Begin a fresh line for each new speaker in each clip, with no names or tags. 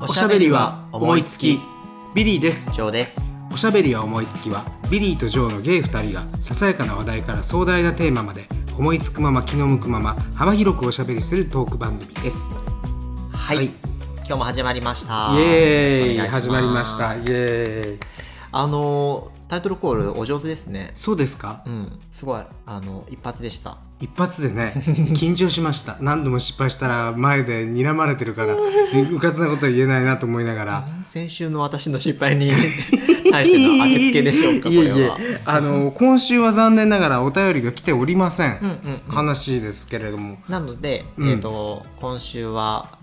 おしゃべりは思いつきビリーです
ジョーです
おしゃべりは思いつきはビリーとジョーのゲイ2人がささやかな話題から壮大なテーマまで思いつくまま気の向くまま幅広くおしゃべりするトーク番組です
はい、
はい
今日も始まりました
イエーイ
よろく
始
お
ま
願
り
い
ましたイエーイ
あのータイトルコールお上手ですね
そうですか
うんすごいあの一発でした
一発で ね緊張しました何度も失敗したら前で睨まれてるからうかつなことは言えないなと思いながら
先週の私の失敗 に対しての当てつけでしょうかこ
いえ
れ
いえ
は
あの今週は残念ながらお便りが来ておりません、
うんうんうん
悲しいですけれども
なので、
うん
えっ、と今週はあ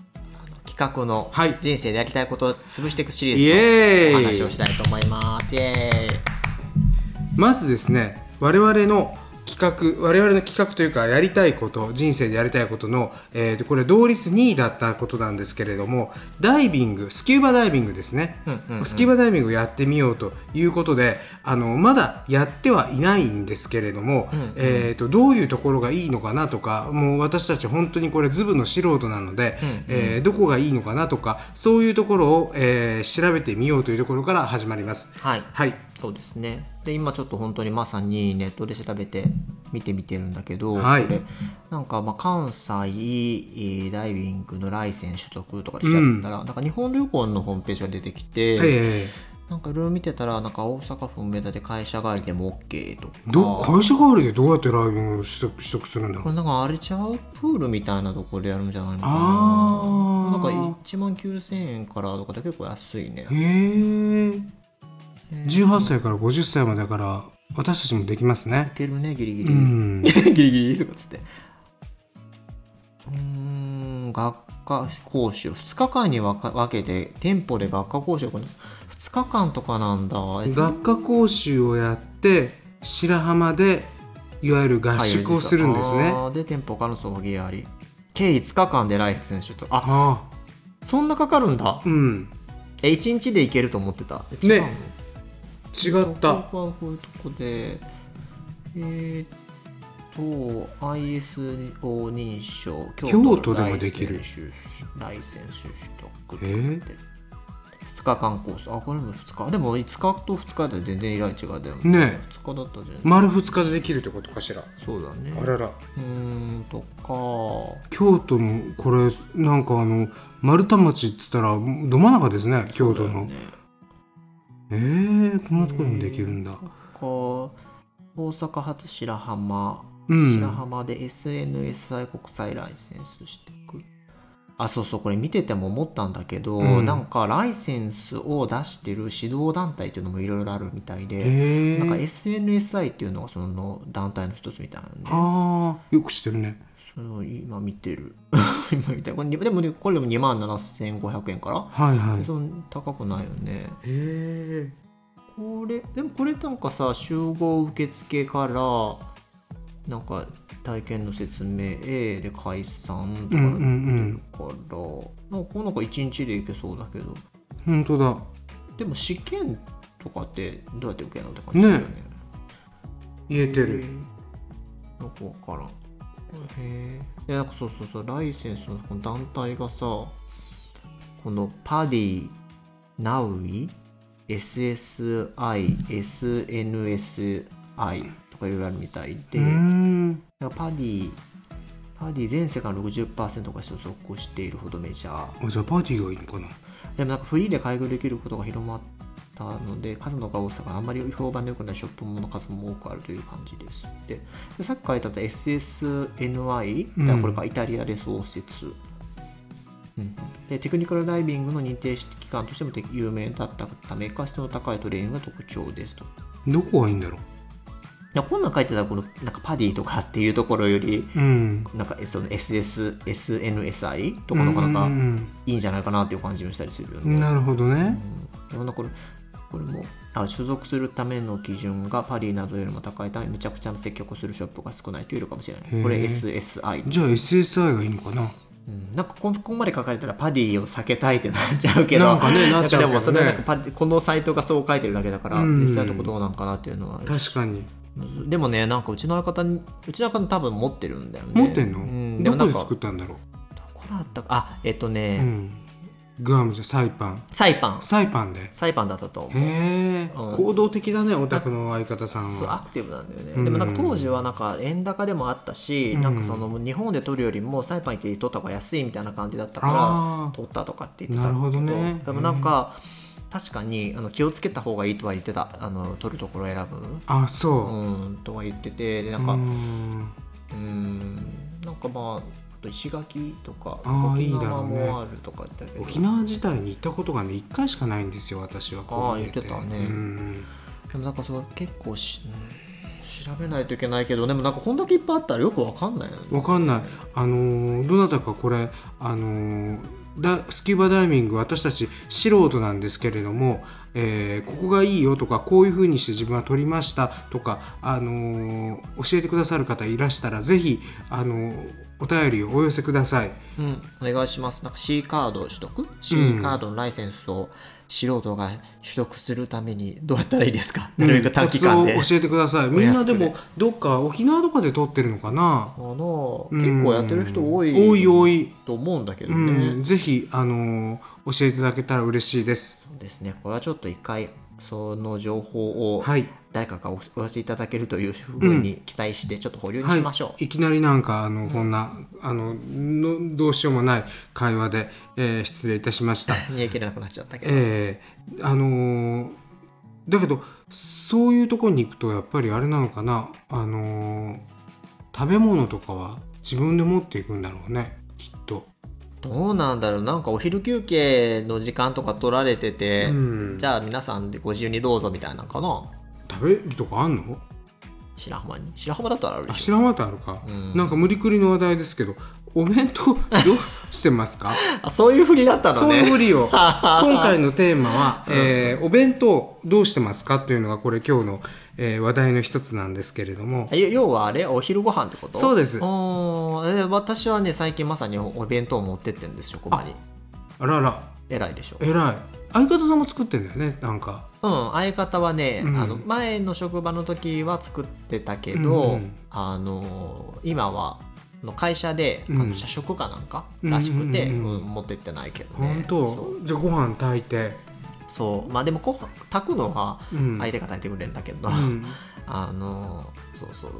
の企画の
はい
人生でやりたいことを潰していくシリ
イ
ーズ
エーイ
のお話をしたいと思いますイエーイ
まずですね我々の企画我々の企画というかやりたいこと人生でやりたいことの、えーとこれ同率2位だったことなんですけれどもダイビングスキューバダイビングですね、
うんうんうん
スキューバダイビングをやってみようということであのまだやってはいないんですけれども、
うんうん
えー、とどういうところがいいのかなとかもう私たち本当にこれズブの素人なので、
うんうん
えーどこがいいのかなとかそういうところを、えー調べてみようというところから始まります。
はい
はい
そうですねで今ちょっと本当にまさにネットで調べて見てみてるんだけど、
はい
これなんかまあ関西えーダイビングのライセンス取得とかで調
うん
べたら、なんか日本旅行のホームページが出てきて、
えー
なんかいろいろ見てたらなんか大阪府梅田で会社帰りでも OK とか
ど
こ
会社代わりでどうやってライビングを取得取得するんだろう
れなんかあれちゃうプールみたいなところでやるんじゃないのか
あ
ななんか
ー
1万9000円からとかで結構安いね
へえ18歳から50歳までだから私たちもできますね
いけるねギリギ
う
リ、
ん
ギリギリとかっつってうーん学科講習2日間に分か分けて店舗で学科講習2日間とかなんだえそ
学科講習をやって白浜でいわゆる合宿をするんですね
あーで店舗からの送迎あり計5日間でライフ選手とあ
あ
そんなかかるんだ
あうん
え1日で行けると思ってた
ね
違うの
違った
僕はこういうとこでえーっと ISO 認証
京都でもできる
ライセンス取得
えー
2日間コースあこれも2日でも5日と2日で全然依頼違うだよね
ね
2日だったじゃん、
丸2日でできるってことかしら
そうだね
あらら
うーんとか
京都のこれなんかあの丸太町っつったらど真ん中ですね京都の、ええー、こんなところにもできるんだ
こう大阪発白浜、
うん
白浜で SNSI 国際ライセンスしていくあそうそうこれ見てても思ったんだけど、
うん
なんかライセンスを出してる指導団体っていうのもいろいろあるみたいで、
ええ
なんか SNSI っていうのがその団体の一つみたいなんで
ああよく知ってるね
それを今見てる 今見てるこれでもねこれでも2万7500円から、
はいはい
そんな高くないよね
ええ
これでもこれなんかさ集合受付からなんか体験の説明 A で解散と
う
かな
んうんうん
ってるから、なんかなんか1日で行けそうだけど
本当だ
でも試験とかってどうやって受けなのって感じだよね
言えて
へ
る
ーなんかわからんへえでなんかそうそうそうライセンスのこの団体がさこのパディナウイ SSISNSI とかいろいろあるみたいで、
うーん
なんかパディパディ全世界の60%が所属しているほどメジャー
あじゃあパーティーがいいのかな
でもなんかフリーで開業できることが広まったので数のが多さがあんまり評判の良くないショップもの数も多くあるという感じですででさっき書いてあった SSNI、
うん
だからこれがイタリアで創設、うんでテクニカルダイビングの認定機関としてもて有名だったためか質の高いトレーニングが特徴ですとい
どこがいいんだろ
やこんなん書いてたらこのなんかパディとかっていうところより
ううん
なんかその SSSNSI とかの方
う
が
ん
いいんじゃないかなっていう感じもしたりするよ
うんうん
ね
なるほどね
うん、でもこれこれもあ所属するための基準がパリなどよりも高いためむちゃくちゃな接客をするショップが少ないというのかもしれ
へ
な
ー
いこれ SSI、
じゃあ SSI がいいのかな
うん、なんかこここまで書かれたらパディを避けたいってなっちゃうけど
なんかねなっちゃう
で
けどね
もそれはなんかパディこのサイトがそう書いてるだけだから、
うん
SSI とこどうなんかなっていうのは
確かに
でもねなんかうちの相方にうちの相方多分持ってるんだよね
持ってん
う
の
ん、でも
ど
な
こ
ん
で
か
作ったんだろ
どこだったかあえっと
うう
ね、
んグアムじゃサイパン
サイパン
サイパンで
サイパンだったと思う
へえ、
うん
行動的だねお宅の相方さん
そう
は
アクティブなんだよね、
うん
でもなんか当時はなんか円高でもあったし、
うん
なんかその日本で取るよりもサイパン行って取った方が安いみたいな感じだったか
あ
ら
ー
取ったとかって言ってた
なるほどね
でもなんか、確かにあの気をつけた方がいいとは言ってたあの取るところを選ぶ
あそう
うんとは言っててで
う
なんかうん
ん
んなんかまああと石垣とか
あー
沖縄
いいだろうね
もあるとか言ったけど
沖縄自体に行ったことがね1回しかないんですよ私はこう見え
あー言ってたね
うん
でもなんかそう結構し、うん調べないといけないけどでもなんかこんだけいっぱいあったらよくわかんないよね
わかんないあのーどなたかこれあのーだスキューバダイビング私たち素人なんですけれども、えーここがいいよとかこういうふうにして自分は撮りましたとか、あのー教えてくださる方いらしたらぜひ、あのーお便りをお寄せください
うん、お願いします。なんか C カードを取得 ?C カードのライセンスを素人が取得するためにどうやったらいいですかなるべく短期間で。
コ
あ
ツを教えてくださいみんなで
お安
もどっか沖縄とかで撮ってるのかな
の
うん
結構やってる人多い
多い多い
と思うんだけど
う
ね。
ん、ぜひ、あのー教えていただけたら嬉しいです。
そうですね。これはちょっと一回その情報を
はい。
誰かがおお寄せいただけるというふうに期待してちょっと保留に
は
しましょう。
い、いきなりなんかあのこんな、あののどうしようもない会話で、えー失礼いたしました。
見えきれなくなっちゃったけど。
えーあのーだけどそういうとこに行くとやっぱりあれなのかな、あのー食べ物とかは自分で持っていくんだろうねきっと。
どうなんだろうなんかお昼休憩の時間とか取られてて、
うん
じゃあ皆さんでご自由にどうぞみたいなのかな
食べるとかあんの
白浜に白浜だったらあるで
あ
し
知らんわとあるか、
うん
なんか無理くりの話題ですけどお弁当どうしてますか
ょ あ そういうふりだったの
そう
ね
いうふ りを今回のテーマは、
うん
えーお弁当どうしてますかというのがこれ今日の、えー話題の一つなんですけれども
え要はあれお昼ご飯ってこと
そうです
あーえ私はね最近まさにおお弁当を持ってってんです職場に
あらら
偉いでしょ
偉い相方さんも作ってんだよねなんか
うん相方はね、
うん
あの前の職場の時は作ってたけど、
うんうん
あの今はあの会社で、
うん
あの社食かなんからしくて、
うんうんうんうん
うん持ってってないけどね
本当、じゃあご飯炊いて、
そうそうまあでもご飯炊くのは
うん
相手が炊いてくれるんだけど、
うん
あのそうそう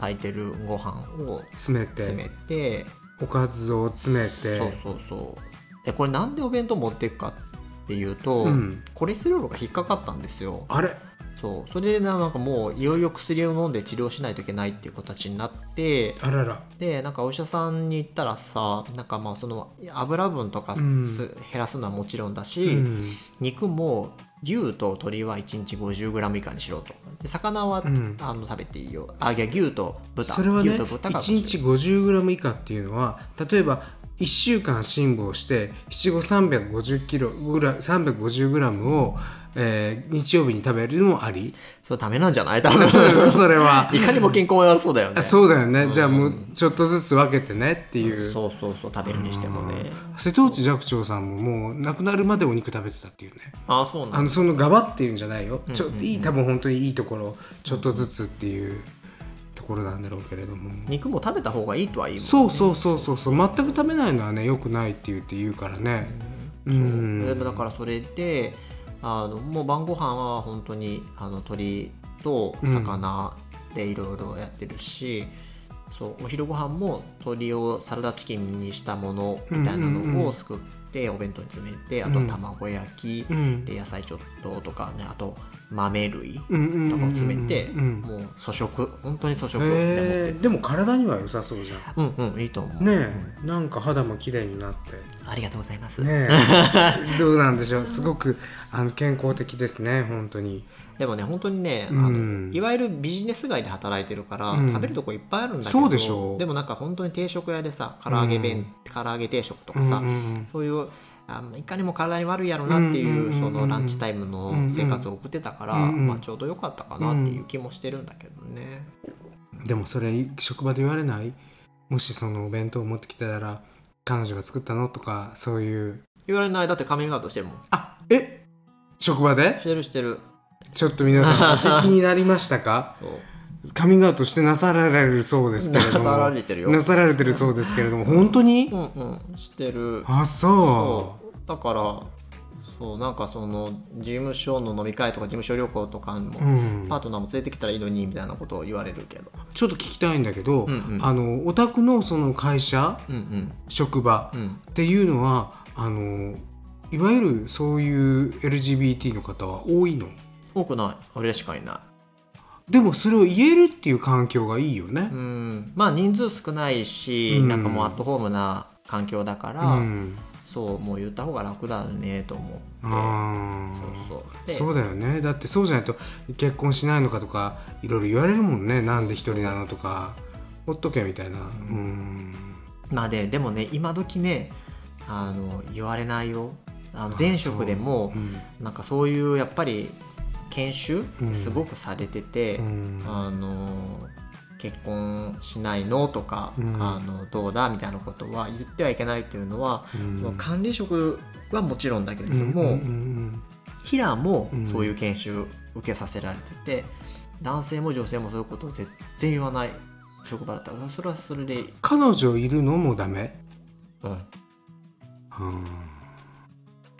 炊いてるご飯を
詰めて
詰めて
おかずを詰めて
そうそうそうでこれなんでお弁当持っていくかっていうと、
うん
コレステロールが引っかかったんですよ
あれ
そうそれでなんかもういよいよ薬を飲んで治療しないといけないっていう形になって
あらら
でなんかお医者さんに行ったらさなんかまあその油分とかす、
うん
減らすのはもちろんだ
う
し、
ん
肉も牛と鶏は1日 50g 以下にしろとで魚は、
うん
あの食べていいよあいや牛と豚
それはね
牛と
1
豚が
日 50g 以下っていうのは例えば1週間辛抱して七五3 5 0キログラ 350g を、えー日曜日に食べるのもあり
そうダメなんじゃない多分
それはい
かにも健康悪そうだよね
あそうだよね、じゃあもうちょっとずつ分けてねっていう、
そうそうそう食べるにしてもね
瀬戸内寂聴さんももう亡くなるまでお肉食べてたっていうね
ああそうな
あ
ん
の
だ
そのガバっていうんじゃないよ、ちょいい多分本当にいいところちょっとずつっていうところなんだろうけれども、
肉も食べた方がいいとは言います
そうそうそうそうそう全く食べないのはね良くないって言って言うからねうん
例えばだからそれであのもう晩ご飯は本当にあの鶏と魚でいろいろやってるし、そうお昼ご飯も鶏をサラダチキンにしたものみたいな
うんうんう
の
ん
をすくってお弁当に詰めてあとは卵焼き、
うん
で野菜ちょっととかねあと豆類
うんうんうんうん
とかを詰めて、
うん
もう粗食本当に粗食で持ってって
へーでも体には良さそうじゃ
うんうんいいと思う、
んねえなんか肌も綺麗になって
ありがとうございます、
ねえどうなんでしょうすごくあの健康的ですね本当に
でもね本当にね、あ
うん
のいわゆるビジネス街で働いてるから、
うん
食べるとこいっぱいあるんだけど
そうでしょう
でもなんか本当に定食屋でさ唐揚げ弁、唐揚げ定食とかさ、
うんうん
そういうあいかにも体に悪いやろなっていう,、
うんうんうんうん
そのランチタイムの生活を送ってたから、
うんうん
まあ、ちょうど良かったかなっていう気もしてるんだけどね、
うんでもそれ職場で言われないもしそのお弁当を持ってきてたら彼女が作ったのとかそういう
言われないだってカミングアウトしてるもん
あえ職場で
してるしてる
ちょっと皆さんお聞きになりましたか
そう
カミングアウトしてなさられるそうで すけれども
なさられてるよ
なさられてるそうですけれども本当に、
うんうんしてる
あそう
だからそうなんかその事務所の飲み会とか事務所旅行とかにも、
うん
パートナーも連れてきたらいいのにみたいなことを言われるけど
ちょっと聞きたいんだけど、
うんうん
あのお宅のその会社
うん
職場
うんうん
っていうのはあのいわゆるそういう LGBT の方は多いの
多くない俺しかいない
でもそれを言えるっていう環境がいいよね
う。んまあ人数少ないし、
うん
なんかもうアットホームな環境だから、
うん
そうもう言った方が楽だねと思って
あー
そうそうで
そうだよねだってそうじゃないと結婚しないのかとかいろいろ言われるもんねなんで一人なのとかほっとけみたいなうん
まあででもね今時ねあの言われないよあの
あ
前職でも
うん
なんかそういうやっぱり研修
うん
すごくされてて、
うん
あの結婚しないのとか、
うん
あのどうだみたいなことは言ってはいけないっていうのは、
うん
その管理職はもちろんだけれども、
うんうん
ヒラも
うん
そういう研修受けさせられてて、男性も女性もそういうことを絶対言わない職場だったからそれはそれで、
彼女いるのもダメ
うん
うん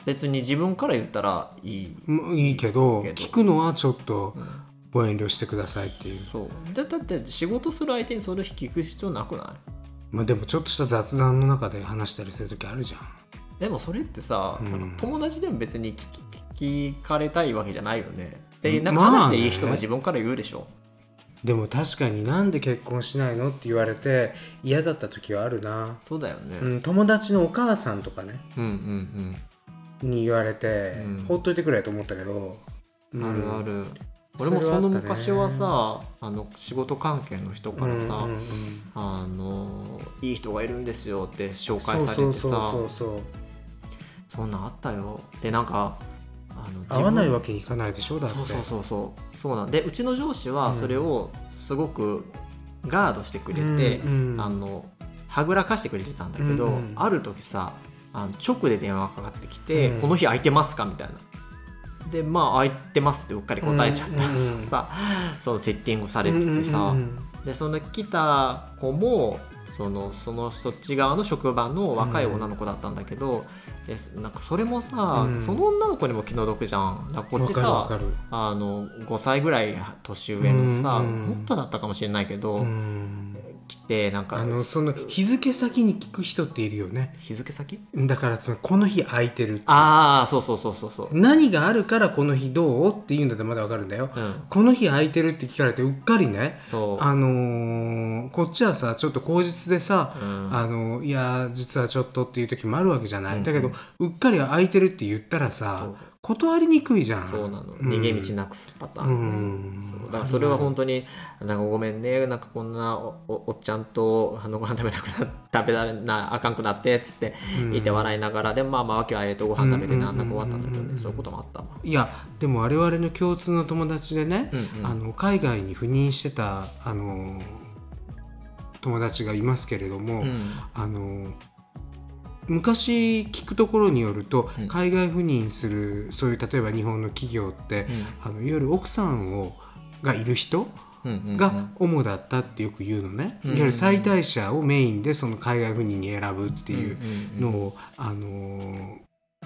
別に自分から言ったらいい、
もういいけど
いいけど
聞くのはちょっと
うん
ご遠慮してくださいっていう
そうだだって仕事する相手にそれを聞く必要なくない
まあでもちょっとした雑談の中で話したりする時あるじゃん
でもそれってさ、
うん
なんか友達でも別に聞き聞かれたいわけじゃないよね。で
うん
なんか話して
まあ
い
ね
い人が自分から言うでしょ。
でも確かになんで結婚しないのって言われて嫌だった時はあるな、
そうだよね。
うん、友達のお母さんとかね
うんうん
に言われて、
うん
ほっといてくれと思ったけど、
う。
うんん
あるある。
そ
俺
れ
も
は
そ
あった
の
ね
昔はさあの仕事関係の人からさ、
うんうんうん
あのいい人がいるんですよって紹
そ
介
う
され
そ
て
う
さ
そうそうそう
そんなんあったよでなんかあの
合わない
わ
わけにいかないでしょだって
そうそうそうそうそうなんでうちの上司はそれをすごくガードしてくれて、
うんうん
あのはぐらかしてくれてたんだけど、
うんうん
ある時さあの直で電話かかってきて、
うん
この日空いてますか?」みたいな。でまあ空いてますってうっかり答えちゃった、
うんうんうん
さそのセッティングされててさ、
うんうん
でその来た子もそのそのそっち側の職場の若い女の子だったんだけど、でなんかそれもさ、
うん
その女の子にも気の毒じゃんだから
うん
こっち
わか
さ
るわか
あの5歳ぐらい年上のさ、
うんうん
もっとだったかもしれないけど、
るうん
来てなんか
あのその日付先に聞く人っているよね
日付先
だからつまりこの日空いてる
ああそうそうそうそうそう、
何があるからこの日どうって言うんだったらまだわかるんだよ
うん、
この日空いてるって聞かれてうっかりね
そう
あのーこっちはさちょっと口実でさ、
うん
あのいや実はちょっとっていう時もあるわけじゃない、
うんうん
だけどうっかり空いてるって言ったら
そ
さ
う
断りにくいじゃん
そうなの
うん
逃げ道なくすパターン、
うん
そうだからそれは本当になんかごめんねなんかこんなおおおっちゃんとあのご飯食べなくな 食べられなあかんくなってっつって言って笑いながら、でもまあまあわけあれとご飯食べてなんだか終わったんだけどね、
うんうんうんうん
そういうこともあったわ、
いやでも我々の共通の友達でね、
うんうん
あの海外に赴任してたあのー友達がいますけれども、
うん
あの昔聞くところによると、
うん
海外赴任するそういう例えば日本の企業って、あのいわゆる奥さんをがいる人
うんうんうん
が主だったってよく言うのね、
うん
いわゆる妻帯者をメインでその海外赴任に選ぶっていうの
んんん
を、あのー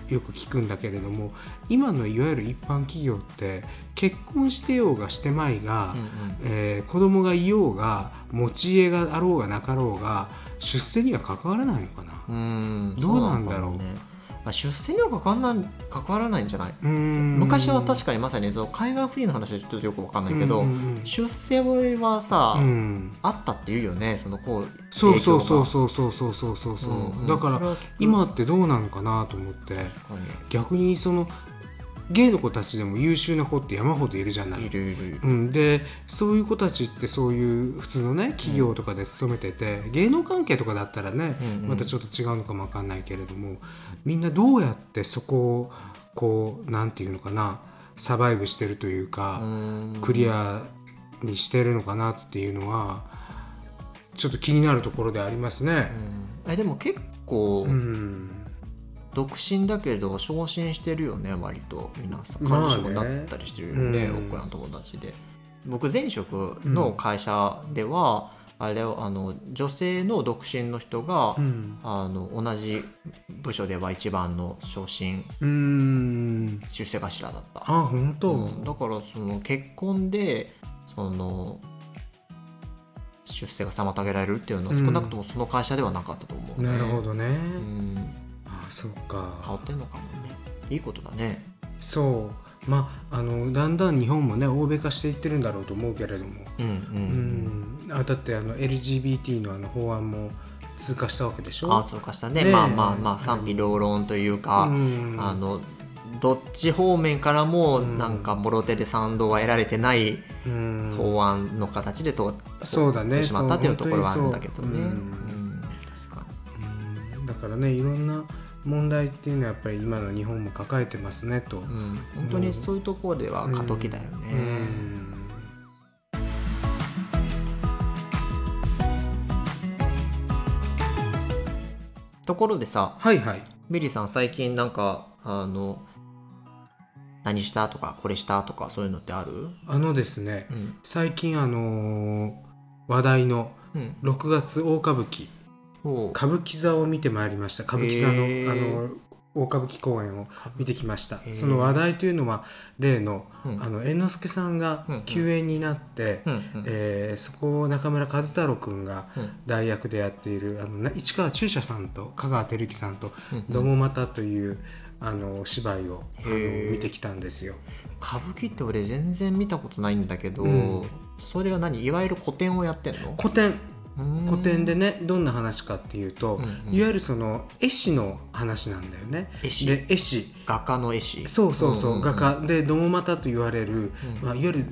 よく聞くんだけれども今のいわゆる一般企業って結婚してようがしてまいが、
うん
えー子供がいようが持ち家があろうがなかろうが出世には関わらないのかな
うんうん
どうなんだ
そ
ろう
のかもねまあ、出世には関わらない関わらないんじゃないう
ーん
昔は確かにまさにその海外フリーの話はちょっとよくわかんないけど、
うんうんうん
出世はさ、
うん
あったっていうよねそのこう
そうそ
影
うそ
響
う
が
そうそうそうそうそうそう、
うんうん
だか
それ
ら
は聞く
今ってどうなのかなと思って
確かに
逆にそのゲイの子たちでも優秀な子って山ほどいるじゃない
いるいるいる
うん、でそういう子たちってそういう普通のね企業とかで勤めてて、芸能関係とかだったらね、
うんうん
またちょっと違うのかもわかんないけれどもみんなどうやってそこをこうなんていうのかなサバイブしてるという
う
か、
ん
クリアにしてるのかなっていうのはちょっと気になるところでありますね
う。んえでも結構、
うん
独身だけれど昇進してるよね割と皆さん管
まあね
理職になったりしてるよね,、
うん
僕らの友達で僕前職の会社では、あれをあの女性の独身の人が、
うん
あの同じ部署では一番の昇進
うーん
出世頭だった
あ本当、
うんだからその結婚でその出世が妨げられるっていうのは
うん
少なくともその会社ではなかったと思う、
なるほ、どね、
うん、
あそっ
変わ
か
ってんのかもねいいことだね
そうまああのだんだん日本もね欧米化していってるんだろうと思うけれども
うんうん
うんあだってあの LGBT のあの法案も通過したわけでし
う
ょ
ん、ああそうかしたね
ねえ
まあまあまあ賛否両論というか、
うん
あのどっち方面からも
うん
なんかもろ手で賛同は得られてない
うん
法案の形で通っ
そうだね
てしまったというところはあるんだけどね。
そううん
確か
うんだからねいろんな問題っていうのはやっぱり今の日本も抱えてますねと。
にうん本当にそういうところでは過渡期だよね。
うん
ところでさ
はいはい。
メリーさん最近なんかあの何したとかこれしたとかそういうのってある、
あのですね
うん
最近あのー話題の
うん、
6月大歌舞伎
おう
歌舞伎座を見てまいりました歌舞伎座の,、
へー
あの大歌舞伎公演を見てきました
へー
その話題というのは例の
うん
あの猿之助さんが
うんうん
休演になって、
うんうん
えーそこを中村和太郎君が
うん
代役でやっているあのな市川中車さんと香川照之さんと
うん
「どうもまた」というあのお芝居をあ
へ
の
ー
見てきたんですよ。
歌舞伎って俺全然見たことないんだけど、
うん
それは何いわゆる古典をやってんの
古典古
古
典でねどんな話かっていうと、
うんうん
いわゆるその絵師の話なんだよね。
絵師
で絵師
画家の絵師
そうそうそう,、
んんん
画家で「どもまた」と言われる、
うん
まあ、いわゆる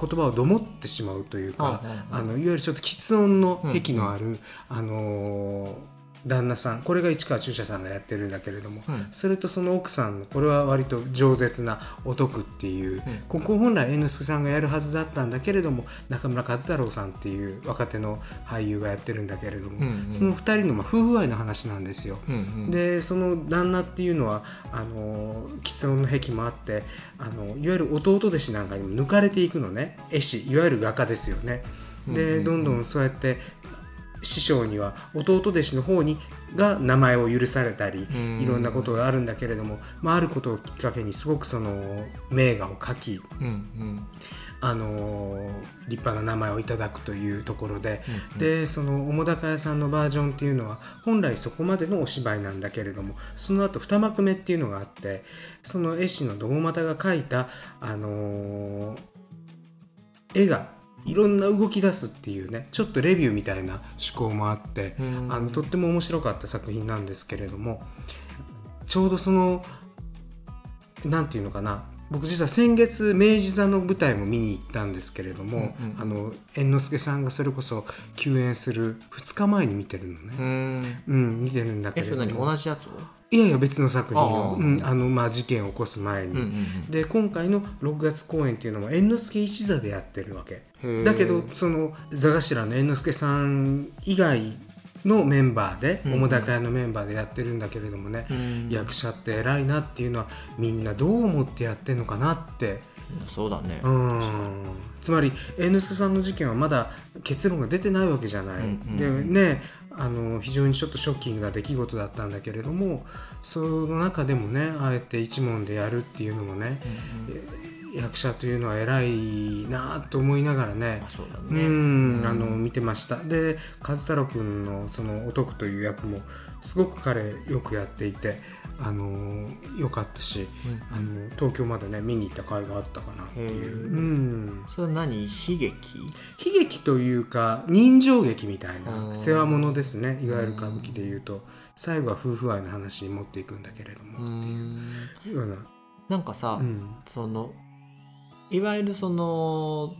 言葉をどもってしまうというか、
うんうん
あのいわゆるちょっと喫音の癖のある、あのー旦那さんこれが市川中車さんがやってるんだけれども、
うん
それとその奥さんのこれは割と饒舌な「お徳」っていう、ここ本来猿之助さんがやるはずだったんだけれども中村和太郎さんっていう若手の俳優がやってるんだけれども、
うんうん
その2人のまあ夫婦愛の話なんですよ。
うんうん
でその旦那っていうのはあの喫音の癖もあってあのいわゆる弟弟子なんかにも抜かれていくのね絵師いわゆる画家ですよね。
うんうんう
で
ん
どんどんそうやって師匠には弟弟子の方にが名前を許されたり
うん
いろんなことがあるんだけれども、まあ、あることをきっかけにすごくその名画を描き、
うんうん
あの立派な名前をいただくというところで、
うん
でその澤瀉屋さんのバージョンっていうのは本来そこまでのお芝居なんだけれどもその後二幕目っていうのがあってその絵師のどもまたが描いた、あのー絵がいろんな動き出すっていうねちょっとレビューみたいな趣向もあって、
うん
あのとっても面白かった作品なんですけれどもちょうどそのなんていうのかな僕実は先月明治座の舞台も見に行ったんですけれども、
うんうん
あの猿之助さんがそれこそ休演する2日前に見てる
う
のね、
ん
うん見てるんだけ
え
れ
それ
ども
何同じやつを
いやいや別の作品を
ああ
うんあのまあ、事件を起こす前に、
うんうん
で今回の6月公演っていうのも猿之助一座でやってるわけ
うんへー
だけどその座頭の猿之助さん以外のメンバーで
うん
澤瀉屋のメンバーでやってるんだけれどもね、
うん
役者って偉いなっていうのはみんなどう思ってやってんのかなって
そうだね
うんつまり猿之助さんの事件はまだ結論が出てないわけじゃない、
うんうん
で
うん
ねあの非常にちょっとショッキングな出来事だったんだけれどもその中でもねあえて一問でやるっていうのもね
うんうん
役者というのは偉いなと思いながらね
まあそうだ
う
ね
んあの見てましたで和太郎君のそのお徳という役もすごく彼よくやっていてあのよかったし
うん
あの東京までね見に行った回があったかなってい
へ
う、
ー
うん、
それは何悲劇
悲劇というか人情劇みたい
あ
な
ー
世話物ですねいわゆる歌舞伎でいうと最後は夫婦愛の話に持っていくんだけれど
う
もってい
ん
うような、
なんかさ
うん、
そのいわゆるその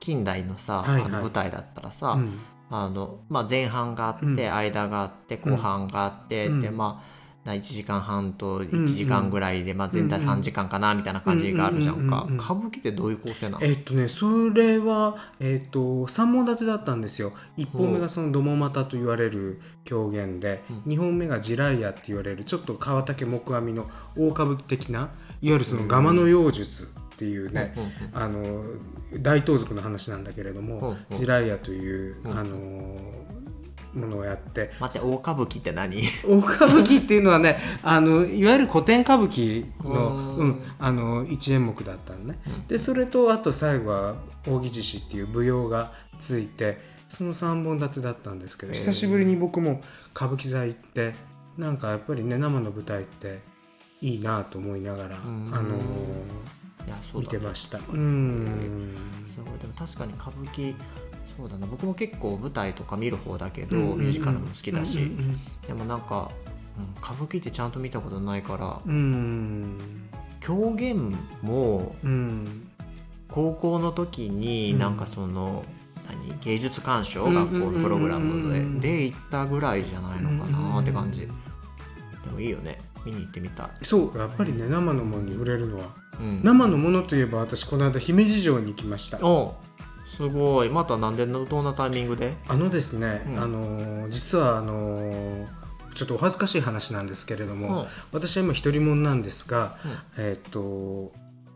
近代のさ
はいはい
あの舞台だったら
う
さ
ん
あの、まあ、前半があって、
うん
間があって後半があって、
うん
でまあ1時間半と1時間ぐらいで、まあ、全体
うんうん
3時間かなみたいな感じがあるじゃんか、
うんうんうんうん
歌舞伎ってどういう構成なの、
えっとねそれは、えっと3本立てだったんですよ1本目がその「どもまた」と言われる狂言で、
うん
2本目が「地雷屋」って言われるちょっと川竹木阿弥の大歌舞伎的ないわゆるそのガマの妖術っていうね、
うんうん
あの大盗賊の話なんだけれども、
うんうん
ジライアという、
うん
あのものをやって
待って大歌舞伎って何
大歌舞伎っていうのはねあのいわゆる古典歌舞伎の,、
う
うんん、あの一演目だったのね、
うん
でそれとあと最後は扇獅子っていう舞踊がついてその3本立てだったんですけど
へー
久しぶりに僕も歌舞伎座行ってなんかやっぱりね生の舞台っていいなと思いながら、
ん
あのー
いやそう
見
だ、
て
ね、
ました。う
うん
ん
すごいでも確かに歌舞伎そうだな僕も結構舞台とか見る方だけど、
うんうんうん
ミュージカルも好きだし、
うんうんうん
でもなんか、うん、歌舞伎ってちゃんと見たことないから
うん
狂言も
うん
高校の時に
うん
なんかその、何芸術鑑賞
うん
学校のプログラム
うんうんうんうん
でで行ったぐらいじゃないのかなって感じ、
うん
でもいいよね見に行ってみたい、
そうやっぱりね生のものに触れるのは
うん、
生のものといえば私この間姫路城に行きました
おすごいまたなんでどんなタイミングで
あのですね、
うん
あのー実はあのーちょっとお恥ずかしい話なんですけれど
う
も、
ん
私は今一人者なんですが、えーっと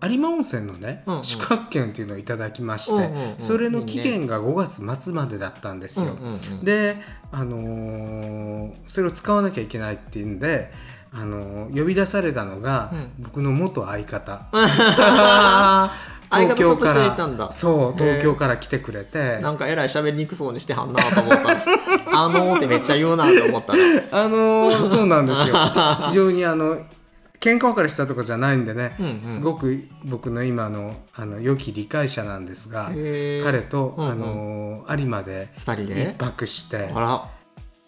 有馬温泉のね、
うんうん
宿泊券っていうのをいただきまして、
うんうんうん
それの期限が5月末までだったんですよ。
うんうんうん
で、あのーそれを使わなきゃいけないっていうんで、あのー呼び出されたのが、
う
僕の元 相方
相
東
方
京
と
か
していたん
ら
だ
そう東
へ
京
ー
から来てくれて
なんかえらい喋りにくそうにしてはんなと思 ったらあのーってめっちゃ言うなと思ったら
あのーそうなんで すよ非常にあの喧嘩別れしたとかじゃないんでね、
うんうん
すごく僕の今のあの良き理解者なんですが彼
彼
と、
うんうん
あのー有馬で
二人
一
で
泊して
あら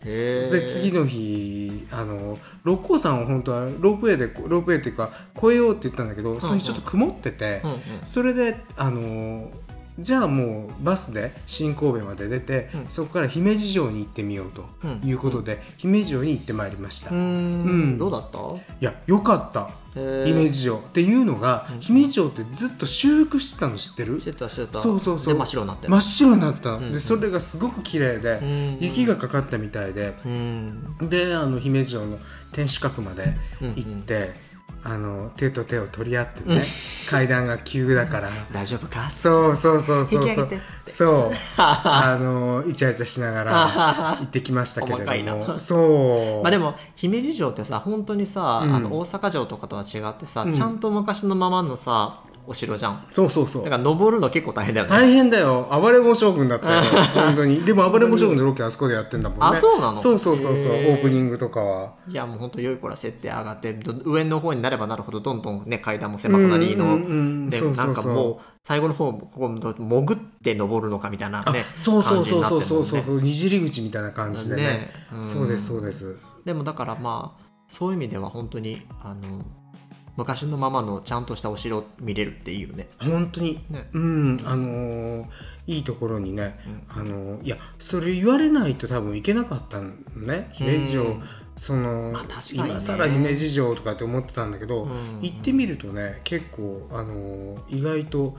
へえ
で次の日あの六甲山を本当はロープウェイでロープウェイというか越えようって言ったんだけど、その日ちょっと曇ってて、
うんうん
それであのーじゃあもうバスで新神戸まで出て、
うん
そこから姫路城に行ってみようと
うん
いうことで、姫路城に行ってまいりました、
うー
い
ん
ん
どうだった
やよかった姫
姫
路城っていうのが、
うん
姫路城ってずっと修復してたの知ってる
してたしてた
そうそうそう
で真っ白になって
真っ白になったの、
うんうん
でそれがすごく綺麗で、雪がかかったみたいで
うん
であの姫路城の天守閣まで
うん
行って、あの手と手を取り合ってね、階段が急だから
大丈夫か
そうそうそう
引
そう
き上
そ
げ
う
てっつ って
そうあのイチャイチャしながら行ってきましたけ
細か
れ
い
ども
な
そう
まあでも姫路城ってさ本当にさ、
うん
あの大阪城とかとは違ってさ、
うん
ちゃんと昔のままのさお城じゃん
そうそうそ
だ
う
から登るの結構大変だよね、
大変だよ暴れん坊将軍だったよ本当にでも暴れん坊将軍のロケあそこでやってんだもんね
あそうなの
そうそうそうそうオ
へー
ープニングとかはい
やもう本当良い子ら設定上がってど上の方になればなるほどどんどんね階段も狭くなりの、
うんうんうん
で
そうそうそう
なんかもう最後の方ここ潜って登るのかみたいなね
そうそうそうそうそう
感じに
そ
なってるもんね
うにじり口みたいな感じでね
ねうん
そうですそうです
でもだからまあそういう意味では本当にあの昔のままのちゃんとしたお城見れるっていいよね。
本当に
ね
うんあのーいいところにね、あのーいやそれ言われないと多分行けなかったのね姫路城、
うん
その、
まあ確かにね
今更姫路城とかって思ってたんだけど、
うんうん
行ってみるとね結構あのー意外と、
うんうん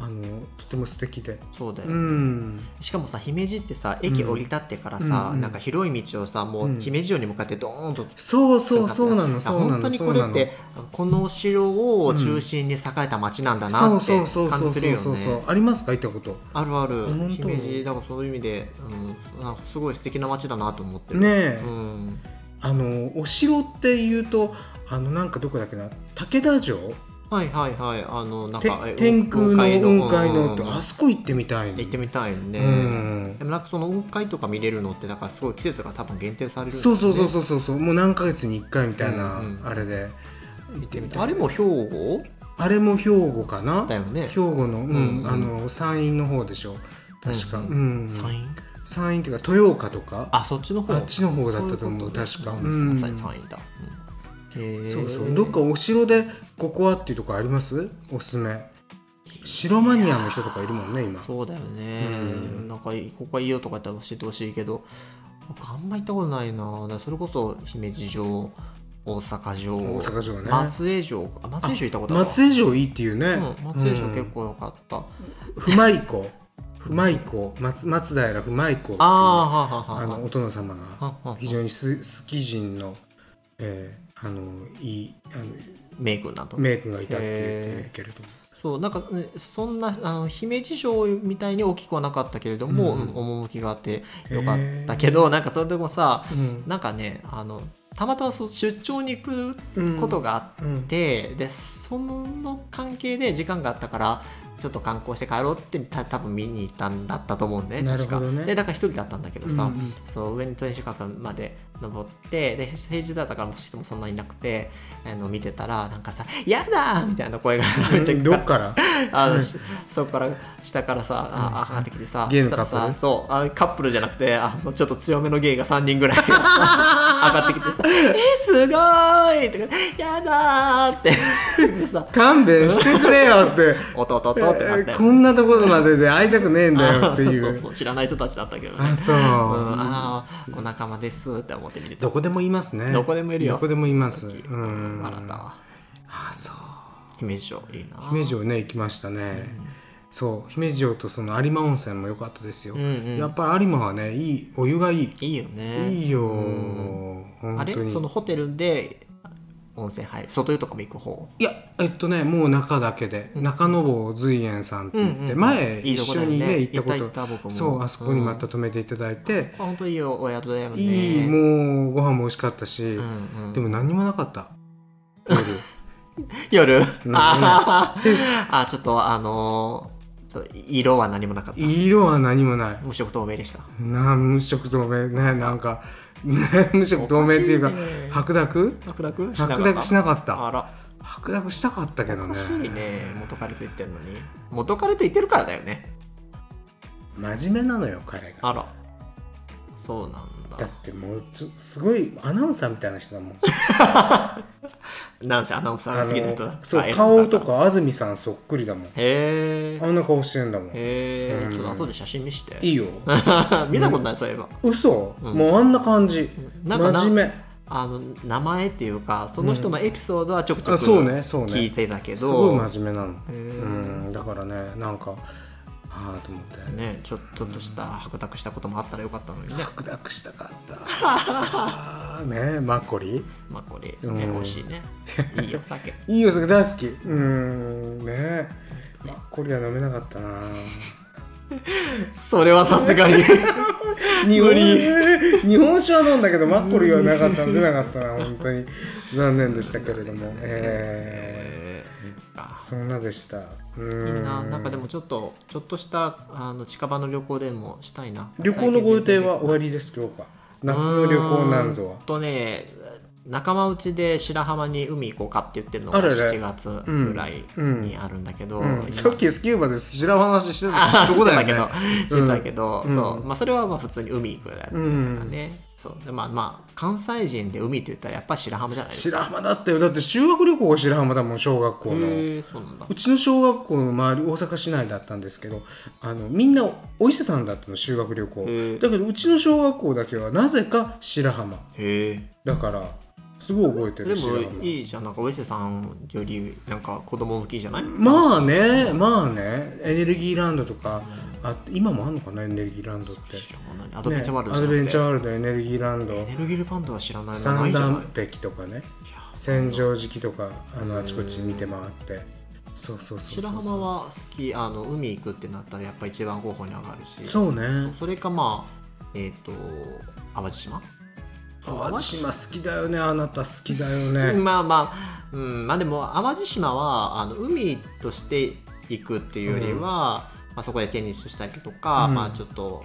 あのーとても素敵で
そうだよ、
うん
しかもさ姫路ってさ駅降り立ってからさ、
うん
なんか広い道をさもう姫路城に向かってドーンと
そうそうそうな
だ
の
か
そ
ら
うな
本当
の
に
そ
こ
う
れ
な
っ
の
てこのお城を中心に栄えた町なんだ
そ
な
う
って
そうそう
感
そ
じ
う
するよ
そうそ
ね
う。ありますか行ったこと
あるある
本当
姫路だからそういう意味で、うん、あすごい素敵な町だなと思ってる。
ねえ、
うん、
あのお城っていうとあのなんかどこだっけな武田城
はいはいはいあのなん
て
かえ
天空の雲海
うんうん
の
う
っ
ん
てあそこ行ってみたいの
行ってみたいね、
うん
でもなんかその雲海とか見れるのってだからすごい季節が多分限定されるんだよね、
そうそうそうそうそうそうもう何ヶ月に1回みたいな
うんうん
あれで行ってみたい
あれも兵庫
あれも兵庫かな
だよね
兵庫
う
の
ん
う
うんん
あの山陰の方でしょ確か
うん
うん
山陰
山陰っていうか豊岡とか
あそっちの方
あっちの方だったと思う
そい
確か
こと
うん
うん、山陰山陰だ、うんへー
そうそうどっかお城でここはっていうとこありますおすすめ城マニアの人とかいるもんね今
そうだよね、
うん
なんかここはいいよとか言ったら教えてほしいけど僕あんま行ったことないなだからそれこそ姫路城大阪城
大阪城ね
松江城あ松江城行ったことあるわ
松江城いいっていうね、
うん、松江城
うん
結構良かった、
熊井湖熊井湖松松平熊井湖っていう
ああは
あ
あはあはあ
のお殿様
は
が
あはあ
非常にす好き人の,、えーあのいいあの
メイクなど
名君がいたって言っ
へー
てるけれども
そうなんかねそんなあの姫路城みたいに大きくはなかったけれども、
うん
うん趣があってよかったけどなんかそれでもさ
うん
なんかねあのたまたまそう出張に行くことがあっ
うん
て、でその関係で時間があったからちょっと観光して帰ろうっつってた多分見に行ったんだったと思うんだよね
なるほどね
確かでだから一人だったんだけど
うん
さ、
うん
そう上に天守閣まで登ってで平日だったからもう人もそんなにいなくてあの見てたらなんかさ「やだ!」みたいな声がめっちゃ聞
ど
こえ
っから
あの、
うん
しそこから下からさ、
うん
あ上がってきてさ、
ゲイの
したら
カップ
さ、
ル
そうあカップルじゃなくてあのちょっと強めのゲイが3人ぐらい 上がってきてさ「えすごーい!」とか「やだ!」って言ってさ
勘弁してくれよって
「おとおとおと」ってなって。
こんなところまでで会いたくねえんだよってい
そう
う
そう知らない人たちだったけどね
あそう、
うん、あーお仲間ですって思って見てた
どこでもいますね
どこでもいるよ
どこでもいますうん
笑ったわ
あそう
姫路城いいな
姫路城ね行きましたね、そう姫路城とその有馬温泉も良かったですよ、
うんうん
やっぱり有馬はねいいお湯がいい、
いいよね
いいよ、
うんあ
本当
れ
に
そのホテルで温泉入る外湯とかも行く方
いやえっとねもう中だけで、中野坊随園さんって言って、
うんうん
前
いいと
一
こだ
緒
よね
にね行ったこと
行った行った僕も
そうあそこにまた泊めていただいて、
あ本当いいよお宿だよね
いいもうご飯も美味しかったし、
うんうん
でも何にもなかった夜
夜
うん
あー あーちょっとあのーちょっと色は何もなかった
色は何もない
無色透明でした
なあ無色透明ねなんかね無色透明っていうか
おかしいね
白濁
白濁しなか
白
った
濁しなかった
あら
白濁したかったけど
お
ね
かしいね元彼と言ってるのに元彼と言ってるからだよね
真面目なのよ彼が
あらそうなん
だ
だ
ってもうすすごいアナウンサーみたいな人 だもん
なんせアナウンサーが好きな人
あ
だ
のそう
あ
顔とか安住さんそっくりだもん
へ
あんな顔してるんだもん
えへえ、
うん
ちょっと後で写真見して
いいよ
見たことないそういえば
嘘、
うん
もうあんな感じ
なんかな
真面
あの名前っていうかその人のエピソードはちょくちょ
あ
く
そうねそうね
聞いてたけ
目すご
ど、
い真面目なの
へー
うんだからねなんかああと思って
ねちょちょっとした白濁したこともあったらよかったのにね
白濁したかったあーねマッコリ
まあこれ、ね、
うん
美味しいねいいよ酒
いいよそれ大好きうーんねマッコリは飲めなかったな
それはさすがに
日
無
本
理
日本 酒は飲んだけどマッコリはなかったの出なかったな本当に残念でしたけれども え
え ーそっか
ー、そんなでしたう
み
ー
んななんかでもちょっとちょっとしたあの近場の旅行でもしたいな
旅行のご予定は終わりです今日か夏の旅行なんぞは
うーんとね仲間内で白浜に海行こうかって言ってるのが
あらら
7月ぐらいにあるんだけど、
うん、
今
さっきスキューバで知らん話してた
あ
と
ー
こだ
して
よ
た
ね
けど、してたけど、
うん
そうう、まあ、それはまあ普通に海行くぐらいだったからね。そうでまあまあ関西人で海って言ったらやっぱ白浜じゃないですか。
白浜だったよだって修学旅行が白浜だもん小学校
へ
の
ーそうなんだ。
うちの小学校の周り大阪市内だったんですけどあのみんなお伊勢さんだったの修学旅行
へえ
だけどうちの小学校だけはなぜか白浜
へ
だからすごい覚えて
え。
る
で
白
も
浜
いいじゃんなんかお伊勢さんよりなんか子供向きじゃない？
まあねまあねエネルギーランドとかあ今もあんのかなエネルギーランドって、
知らないアドベ
ね
ンチャーワールド
ア
じゃ
ド
なく
ベ
て
ンチャーワールドエネルギーランド
エネルギーパンドは知らないのな
三
いじゃない
段。壁とかね戦場敷とかあのあちこち見て回ってそうそうそうそう
白浜は好きあの海行くってなったらやっぱ一番候補に上がるし。
そうね
それかまあえっ、と淡路島。
淡路島好きだよねあなた好きだよね
まあまあ、うん、まあでも淡路島はあの海として行くっていうよりは、
うん
まあ、そこでテニスしたりとか、
うん
まあちょっと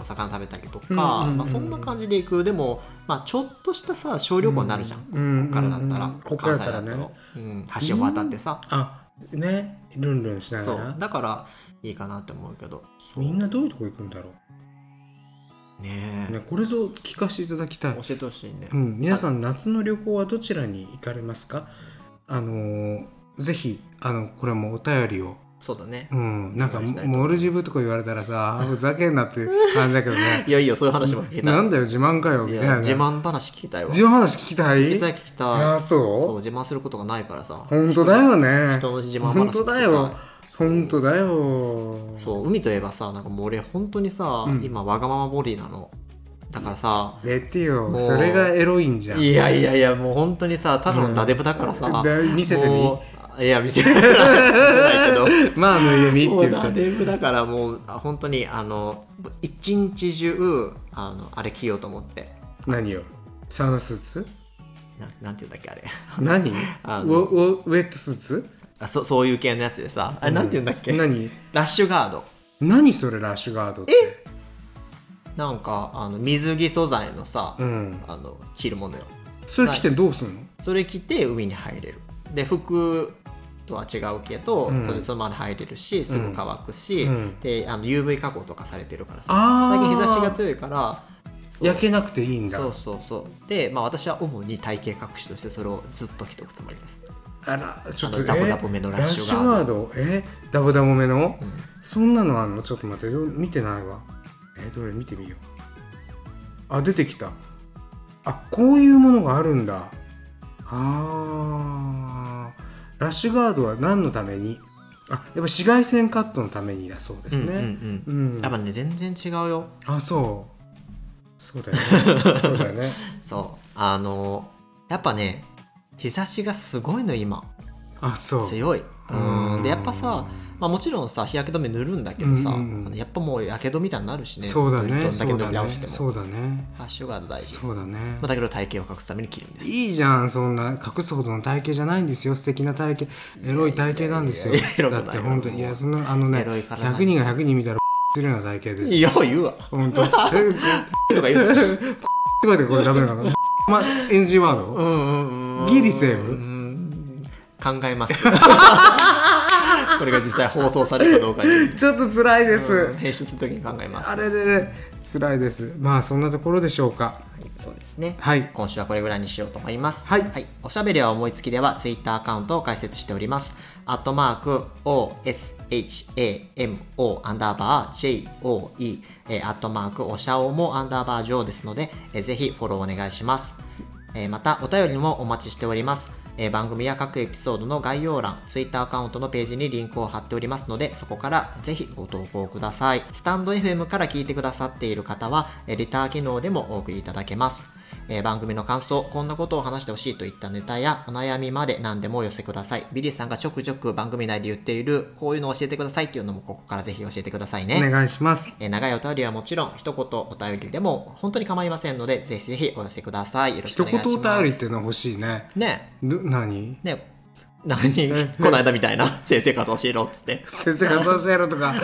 お魚食べたりとか、
うんうんうん
まあ、そんな感じで行くでも、まあ、ちょっとしたさ小旅行になるじゃん、
うん
こっからだったら、
うんこっからだ
関西
ったら
だ
ね
と、うん、橋を渡ってさ、
あねルンルンしな
そ
が
う
ら
だからいいかなって思うけどそう
みん
ね
などういうとこ行くんだろ
え
う、ね、これぞ聞かせていただきたい
教えてほしいね、
うん、皆さん夏の旅行はどちらに行かれますかあのーぜひあのこれもお便りを、
そうだね
うん、なんか
お願いしたいと思います
モルジブとか言われたらさあふざけんなって感じだけ どね
いやいいよそういう話も聞きたい
なんだよ自慢かよ
い
みたいな
や自慢話聞きたいわ
自慢話聞きたい
聞きたい聞きたい
あ
そう
そ
自慢することがないからさ
う本当だよね
人の自慢話
本当だよ
聞きたい
本当だよ
そう海といえばさなんかもう俺本当にさ、
うん
今わがままボディなのだからさ、
寝てよ
もう
それがエロいんじゃん
いやいやいやもう本当にさただのダデブだからさ、
だ見せてみ
もういや店 じゃないけど
まあ、ぬいぐみって
もう
いう
だ
か。
デブだからもうあ本当にあの一日中あのあれ着ようと思って
何よサウナスーツ
ななんていうんだっけあれ
何ウ
あ
ォ
の
ウォウェットスーツ
あそそういう系のやつでさあれなんていうんだっけ、
何
ラッシュガード
何それラッシュガードって。
なんかあの水着素材のさ、
うん。
あの着るものよ
それ着てどうすんの
それ着て海に入れるで服とは違うけど、
うん
それそのまま入れるしすぐ乾くし、
うん
であの UV 加工とかされてるからさ
あ
最
ー
近日差しが強いからそう
焼けなくていいんだ
そうそうそうで、まあ、私は主に体型隠しとしてそれをずっと着ておくつもりです、
あらちょっと
あのダボダボめのラッシュガ
ードラッシュガードえダボダボめの
うん
そんなのあんのちょっと待ってど見てないわえどれ見てみようあ出てきたあこういうものがあるんだあーラッシュガードは何のためにあやっぱ紫外線カットのためにだそうです
うんうん
ね
う
うんん、
やっぱね全然違うよ
あそうそうだよ ねそうだよね
そうあのやっぱね日差しがすごいの今
あそう
強いうんでやっぱさ、まあ、もちろんさ日焼け止め塗るんだけどさ、
うんうんうん
あのやっぱもうやけどみたいになるしね
そうだ
どん
ね
だ
そ
け
う
塗
だ
り
ね
直しても
そうだね
ハッシュガード大事、ま
そうだね
あ、だけど体型を隠すために切るんです
いいじゃんそんな隠すほどの体型じゃないんですよ素敵な体型エロい体型なんですよ
いやいやエロく
だ
ない
って本当にいやそんなあの
エ
ね
ロい体なん
100
て
人が100人見たらするような体型です
いや言うわ
本当えこと
か言うわ
うやってこれダメなのま NG ワード
うんうんうん
ギリセーフ
うん考えます これが実際放送されるかどうかに、
ちょっと辛いです、
うん編集するときに考えます
あれれれ辛いですまあそんなところでしょうか
はい、そうですね
はい
今週はこれぐらいにしようと思います。
はい
おしゃべりは思いつきでは、ツイッターアカウントを開設しております。アットマーク、OSHAMO アンダーバー JOE、えーアットマーク、おしゃおもアンダーバー JO ですので、えーぜひフォローお願いします。えーまた、お便りもお待ちしております。えー番組や各エピソードの概要欄、ツイッターアカウントのページにリンクを貼っておりますので、そこからぜひご投稿ください。スタンド FM から聞いてくださっている方は、えーレター機能でもお送りいただけます。えー番組の感想、こんなことを話してほしいといったネタやお悩みまで何でもお寄せください。ビリーさんがちょくちょく番組内で言っている、こういうのを教えてくださいっていうのもここからぜひ教えてくださいね。
お願いします
えー長いお便りはもちろん、一言お便りでも本当に構いませんので、ぜひぜひお寄せください。よろしく
一
お願い
言
します。
お便りっていうの欲しいね
ね
ぬ何
え、ねえ、何、 この間みたいな、先生活教えろっつって。
先生がそうしてやるとか、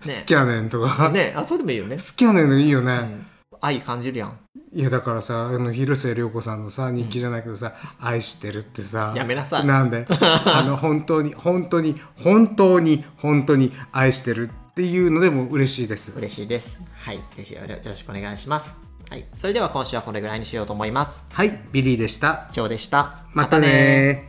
スキャネンとか、
ねえ、あ、それでもいいよね。
スキャネンのいいよね、
うん愛感じるやん。
いやだからさあの広末涼子さんのさ日記じゃないけどさ「愛してる」ってさ
やめなさい
な んであの本当に本当に本当に本当に愛してるっていうのでも嬉しいです
嬉しいです。はい、ぜひよろよろしくお願いします。はい、それでは今週はこれぐらいにしようと思います。
はいビリーでした
以上でした。
またねー